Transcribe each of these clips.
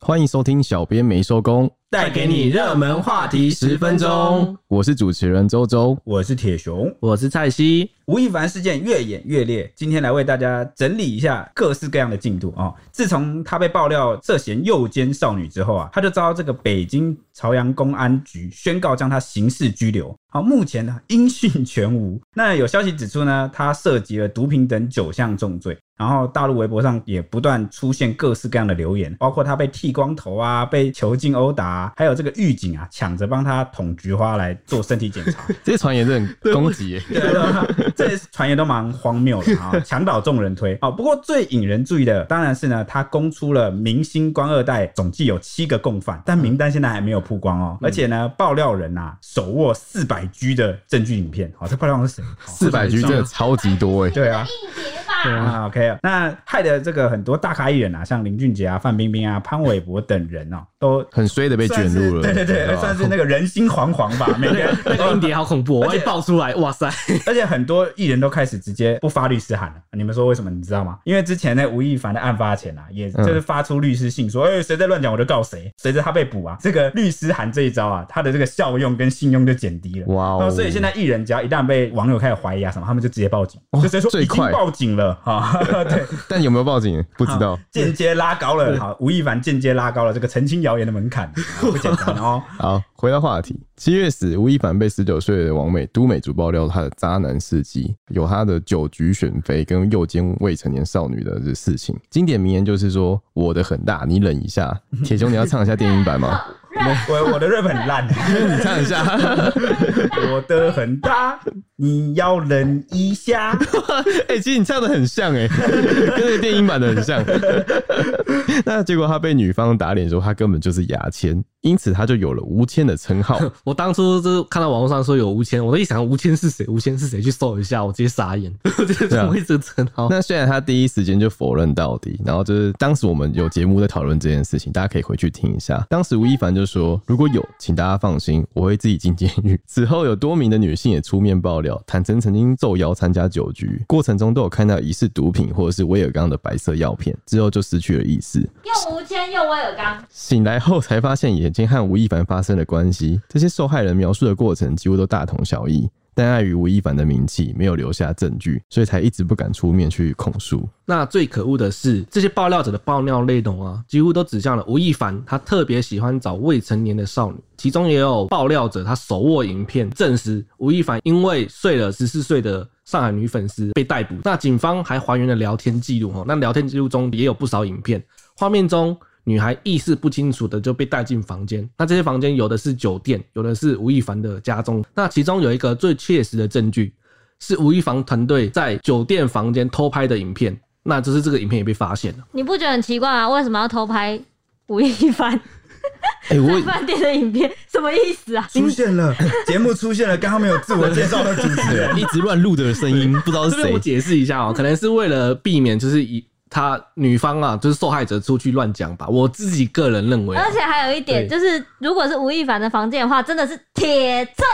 欢迎收听《小编没收工》，带给你热门话题十分钟。我是主持人周 周。我是铁熊，我是蔡西，吴亦凡事件越演越烈，今天来为大家整理一下各式各样的进度啊、哦自从他被爆料涉嫌诱奸少女之后啊，他就遭这个北京朝阳公安局宣告将他刑事拘留。好、目前呢音讯全无。那有消息指出呢，他涉及了毒品等九项重罪。然后大陆微博上也不断出现各式各样的留言，包括他被剃光头啊，被囚禁殴打、啊，还有这个狱警啊抢着帮他捅菊花来做身体检查。这些传言是很攻击耶，对啊， 对啊这些传言都蛮荒谬的啊，墙倒众人推 啊。不过最引人注意的当然是呢，他供出了明星官二代总计有七个共犯，但名单现在还没有曝光哦。而且呢，爆料人啊手握四百 G 的证据影片，哦好，这爆料人是谁？四百 G 真的超级多哎。对啊，硬碟吧。啊，OK，那害得这个很多大咖艺人啊，像林俊杰啊、范冰冰啊、潘玮柏等人哦，都很衰的被卷入了，哦算是对对吧对，算是那个人心惶惶吧，每个人那个硬碟好恐怖、哦，而且万一爆出来，哇塞！而且很多艺人都开始直接不发律师函了。你们说为什么？你知道吗？因为之前那吴亦凡的案发前啊，嗯也就是发出律师信说，哎、谁在乱讲我就告谁。随着他被捕啊，这个律师函这一招啊，他的这个效用跟信用就减低了。哇哦然后所以现在艺人只要一旦被网友开始怀疑啊什么，他们就直接报警，就直接说最已经快报警了啊。 对，但有没有报警不知道好。间接拉高了好，吴亦凡间接拉高了这个澄清谣言的门槛，不简单哦。好，回到话题，七月时，吴亦凡被十九岁的王美都美竹爆料他的渣男事迹，有他的酒局选妃跟诱奸未成年少女的这事情。经典名言就是说：“我的很大，你忍一下。”铁雄，你要唱一下电音版 吗？哦我我的 rap 很烂， 你唱一下，我的很大，你要忍一下。 哎、其实你唱的很像哎、 跟那个电影版的很像。 那结果他被女方打脸说他根本就是牙签，因此他就有了吴谦的称号。我当初就是看到网络上说有吴谦，我都一想吴谦是谁，吴谦是谁，去搜一下，我直接傻眼，我觉得怎么会这个称号？ 那虽然他第一时间就否认到底，然后就是当时我们有节目在讨论这件事情，大家可以回去听一下。当时吴亦凡就说：“如果有，请大家放心，我会自己进监狱。” 此后有多名的女性也出面爆料，坦承曾经受邀参加酒局，过程中都有看到疑似毒品或者是威尔刚的白色药片，之后就失去了意识。又无铅又威尔刚，醒来后才发现眼睛和吴亦凡发生了关系。这些受害人描述的过程几乎都大同小异，但碍于吴亦凡的名气，没有留下证据，所以才一直不敢出面去控诉。那最可恶的是，这些爆料者的爆料内容啊，几乎都指向了吴亦凡，他特别喜欢找未成年的少女。其中也有爆料者，他手握影片证实吴亦凡因为睡了十四岁的上海女粉丝被逮捕。那警方还还原了聊天记录哦，那聊天记录中也有不少影片，画面中女孩意识不清楚的就被带进房间。那这些房间有的是酒店，有的是吴亦凡的家中。那其中有一个最确实的证据，是吴亦凡团队在酒店房间偷拍的影片。那就是这个影片也被发现了，你不觉得很奇怪吗？为什么要偷拍吴亦凡哎、我在饭店的影片？什么意思啊？出现了，节目出现了，刚刚没有自我介绍的主持人。一直乱录的声音，不知道这 边我解释一下哦、可能是为了避免就是以他女方啊，就是受害者出去乱讲吧。我自己个人认为啊，而且还有一点就是，如果是吴亦凡的房间的话，真的是铁证。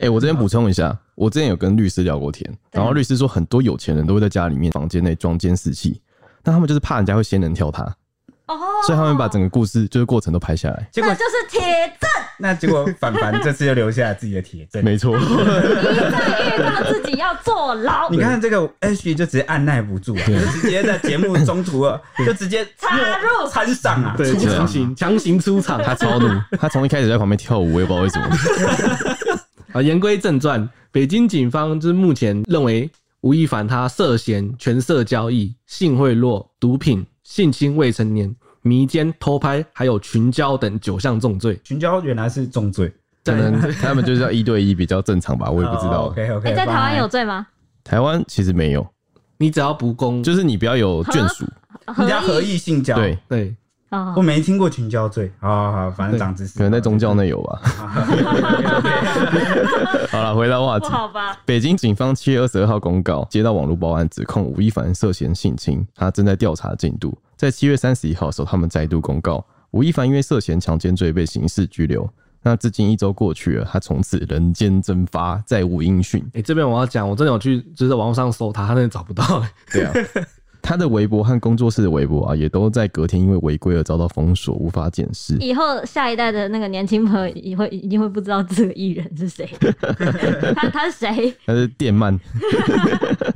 哎、我这边补充一下，我之前有跟律师聊过天，然后律师说很多有钱人都会在家里面房间内装监视器，但他们就是怕人家会仙人跳他，哦，所以他们把整个故事就是过程都拍下来。结果 那就是铁证。那结果反凡这次就留下了自己的铁证。没错，再遇到自己要坐牢，你看这个 H 就直接按耐不住，啊就直接在节目中 途了，就直接插入参上啊，对，出场强行强行出场， 他超怒， 他从一开始在旁边跳舞，我也不知道为什么。 啊，言归正传，北京警方就是目前认为吴亦凡他涉嫌权色交易、性贿赂、毒品、性侵未成年、迷奸、偷拍，还有群交等九项重罪。群交原来是重罪，可能他们就是要一对一比较正常吧，我也不知道。 OK 哎、 OK，在台湾有罪吗？台湾其实没有，你只要不公，嗯就就是你不要有眷属，人家合合意意性交，对，，对，哦我，没听过群交罪，哦好好好，反正长知识，可能在宗教内有吧。 好了，回到话不题。好吧？北京警方七月二十二号公告，接到网络报案，指控吴亦凡涉嫌性侵，他正在调查进度。在七月三十一号的时候，他们再度公告，吴亦凡因为涉嫌强奸罪被刑事拘留。那至今一周过去了，他从此人间蒸发，再无音讯。欸哎、这边我要讲，我真的有去，就是网络上搜他，他真的找不到、对啊，他的微博和工作室的微博啊，也都在隔天因为违规而遭到封锁，无法检视。以后下一代的那个年轻朋友也会一定会不知道这个艺人是谁，他他是谁？他是电鳗，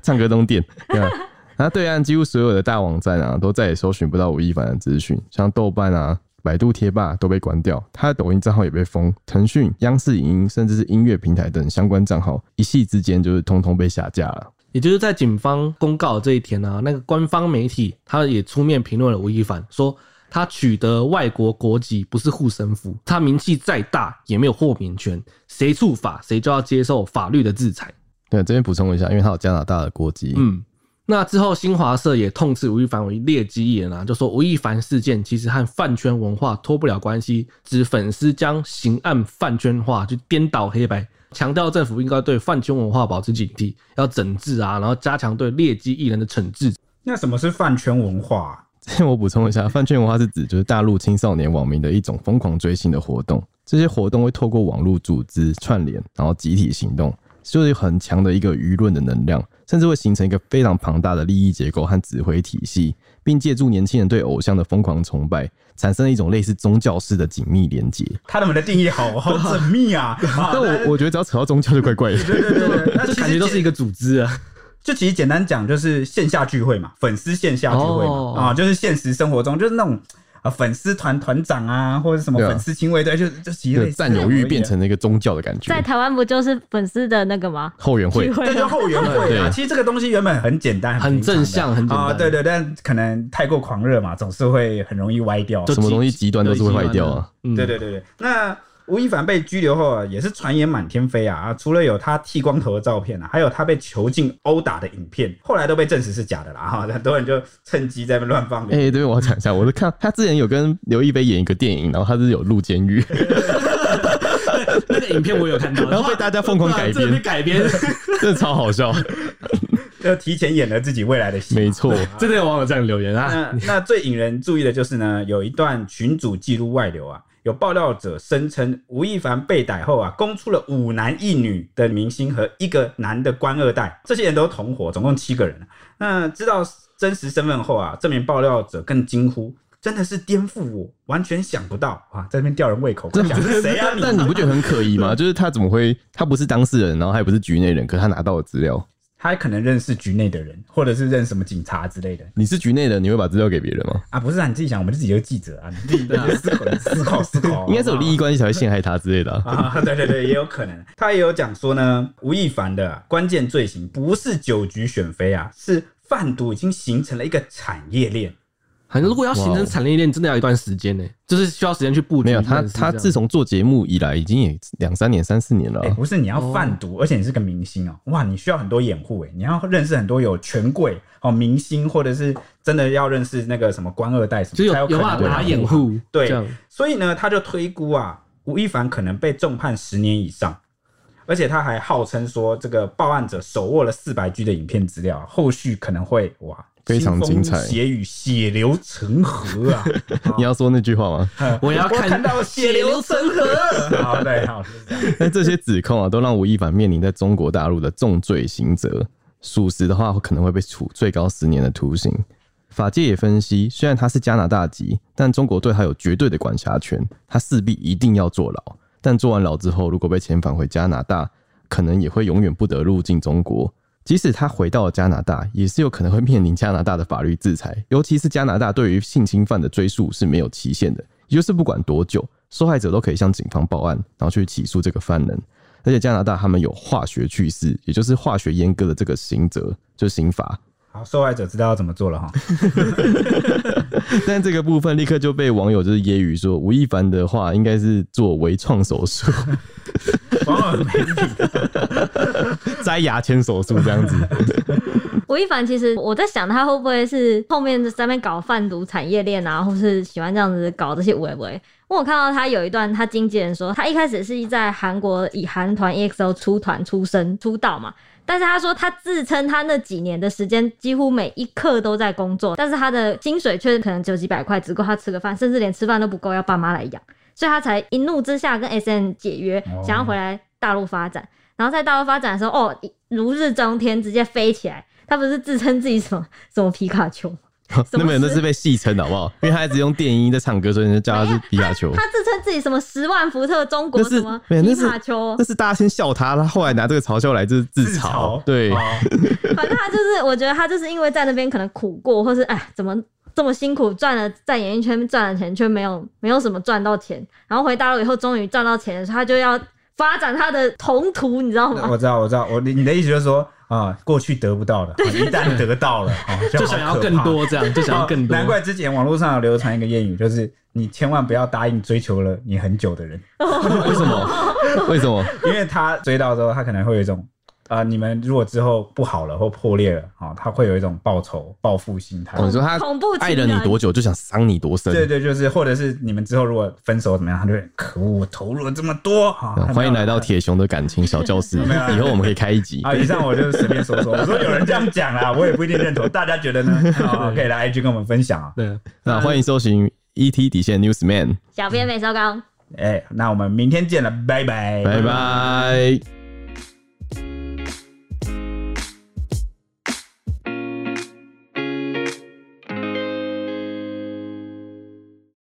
唱歌东电。对啊那对岸几乎所有的大网站啊，都再也搜寻不到吴亦凡的资讯，像豆瓣啊、百度贴吧都被关掉，他的抖音账号也被封，腾讯、央视影音甚至是音乐平台等相关账号，一夕之间就是通通被下架了。 也就是在警方公告的这一天啊，那个官方媒体他也出面评论了吴亦凡，说他取得外国国籍不是护身符，他名气再大也没有豁免权，谁触法谁就要接受法律的制裁。对，这边补充一下，因为他有加拿大的国籍，嗯，那之后新华社也痛斥吴亦凡为劣迹艺人啊，就说吴亦凡事件其实和饭圈文化脱不了关系，指粉丝将刑案饭圈化，就颠倒黑白。强调政府应该对饭圈文化保持警惕，要整治啊，然后加强对劣迹艺人的惩治。那什么是饭圈文化啊、这 我补充一下，饭圈文化是指就是大陆青少年网民的一种疯狂追星的活动。这些活动会透过网络组织串联，然后集体行动，就是有很强的一个舆论的能量，甚至会形成一个非常庞大的利益结构和指挥体系，并借助年轻人对偶像的疯狂崇拜，产生一种类似宗教式的紧密连接。他们的定义好好缜密啊！ 啊但我我觉得只要扯到宗教就怪怪的。对对对对，那这其实感觉都是一个组织啊。就其实简单讲，就是线下聚会嘛，粉丝线下聚会嘛，哦啊，就是现实生活中就是那种啊粉丝团团长啊，或者什么对啊粉丝亲卫队，就就其一实类个似占有欲变成了一个宗教的感觉在。台湾不就是粉丝的那个吗？后援会聚，会这就是吗？后援会对啊。其实这个东西原本很简单，很平常的正向很简单啊，对对，但可能太过狂热嘛，总是会很容易歪掉。就什么东西极端都是会坏掉啊。嗯对对对对，那吴亦凡被拘留后啊，也是传言满天飞啊啊！除了有他剃光头的照片啊，还有他被囚禁殴打的影片，后来都被证实是假的啦哈、很多人就趁机在那边乱放哎、流。对，我要讲一下，我是看他之前有跟刘亦菲演一个电影，然后他是有入监狱， 那个影片我有 看到，然后被大家疯狂改哇这个被编，改编，真的超好笑。就提前演了自己未来的戏。没错， 真的有网友这样留言 啊。那那最引人注意的就是呢，有一段群主记录外流啊，有爆料者声称吴亦凡被逮后啊，供出了五男一女的明星和一个男的官二代，这些人都同伙，总共七个人。啊那知道真实身份后啊，这名爆料者更惊呼。真的是颠覆我，完全想不到啊！在那边吊人胃口，讲是谁啊你？但你不觉得很可疑吗？就是他怎么会，他不是当事人，然后他也不是局内人，可他拿到的资料，他可能认识局内的人，或者是认识什么警察之类的你是局内人，你会把资料给别人吗？啊！不是啊，你自己想，我们自己就是记 者啊，你自己对啊思考思考思考， 应该是有好不好利益关系才会陷害他之类的、啊。啊， 对对对，也有可能。他也有讲说呢，吴亦凡的啊关键罪行不是酒局选妃啊，是贩毒已经形成了一个产业链。好像如果要形成产业链，真的要一段时间呢，就是需要时间去布没局。有他，真的是他这样自从做节目以来，已经也两三年、三四年了哦哎、啊。不是你要贩毒，而且你是个明星哦、哇，你需要很多掩护哎、你要认识很多有权贵哦明星，或者是真的要认识那个什么官二代什么，就有才有可有能办法打会掩护，对这样所以呢，他就推估啊，吴亦凡可能被重判十年以上，而且他还号称说，这个报案者手握了四百 G 的影片资料，后续可能会哇，非常精彩腥风血雨，血流成河啊！呃你要说那句话吗？我要我看看到血流成河。好，对，好，就是这 样。那这些指控啊，都让吴亦凡面临在中国大陆的重罪刑责，属实的话可能会被处最高十年的徒刑。法界也分析，虽然他是加拿大籍，但中国对他有绝对的管辖权，他势必一定要坐牢。但坐完牢之后，如果被遣返回加拿大，可能也会永远不得入境中国。即使他回到了加拿大，也是有可能会面临加拿大的法律制裁，尤其是加拿大对于性侵犯的追诉是没有期限的，也就是不管多久，受害者都可以向警方报案，然后去起诉这个犯人。而且加拿大他们有化学去世，也就是化学阉割的这个刑责，就是刑罚。 好，受害者知道要怎么做了哈。但这个部分立刻就被网友就是揶揄说，吴亦凡的话应该是做微创手术、网友媒体摘牙签手术这样子。吴亦凡其实我在想，他会不会是后面在那边搞贩毒产业链啊，或是喜欢这样子搞这些微微？因为我看到他有一段，他经纪人说，他一开始是在韩国以韩团 EXO 出团出身出道嘛，但是他说他自称他那几年的时间几乎每一刻都在工作，但是他的薪水却可能只有几百块，只够他吃个饭，甚至连吃饭都不够，要爸妈来养，所以他才一怒之下跟 S N 解约哦，想要回来大陆发展。然后在大陆发展的时候，哦，如日中天，直接飞起来。他不是自称自己什么什么皮卡丘吗？那没有，那是被戏称的好不好？因为他一直用电音在唱歌，所以人家叫他是皮卡丘。他自称自己什么十万伏特中国那是什么没有那皮是卡丘那，是大家先笑他，他后来拿这个嘲笑来就是自自嘲嘲。哦对，反正他就是，我觉得他就是因为在那边可能苦过，或是哎怎么这么辛苦赚了在演艺圈赚了钱，却没有没有什么赚到钱，然后回大陆以后终于赚到钱的时候，他就要发展他的宏图，你知道吗？我知道，我知道，我你的意思就是说啊、过去得不到的，啊一旦得到了，啊、就好想要可更怕多这样，就想要更 多。难怪之前网络上有流传一个谚语，就是你千万不要答应追求了你很久的人， 为什么？为什 么？因为他追到之后，他可能会有一种。啊、你们如果之后不好了或破裂了，啊、他会有一种报仇报复心态。哦你说他恐怖情爱了你人多久，就想伤你多深。对对，就是或者是你们之后如果分手怎么样，他就会可恶，我投入了这么多啊啊！欢迎来到铁。铁熊的感情小教室， 没有以后我们可以开一集。啊，以上我就随便说说，我说有人这样讲啦， 我也不一定认同，大家觉得呢？啊，可以来 IG 跟我们分享啊。 对，那欢迎搜寻 ET 底线 Newsman，小编没收工。哎、那我们明天见了，拜拜，拜拜。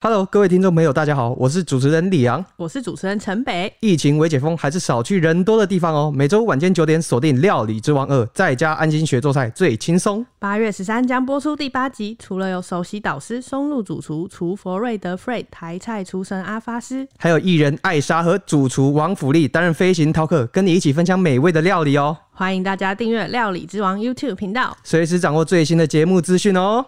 Hello，各位听众朋友，大家好，我是主持人李昂。我是主持人陈北，疫情未解封，还是少去人多的地方哦。每周晚间九点锁定《料理之王二》，在家安心学做菜最轻松。八月十三将播出第八集。除了有首席导师松露主厨厨佛瑞德 Fred、台菜厨神阿发师，还有艺人艾莎和主厨王府力担任飞行饕客，跟你一起分享美味的料理哦。欢迎大家订阅《料理之王》YouTube 频道。随时掌握最新的节目资讯哦。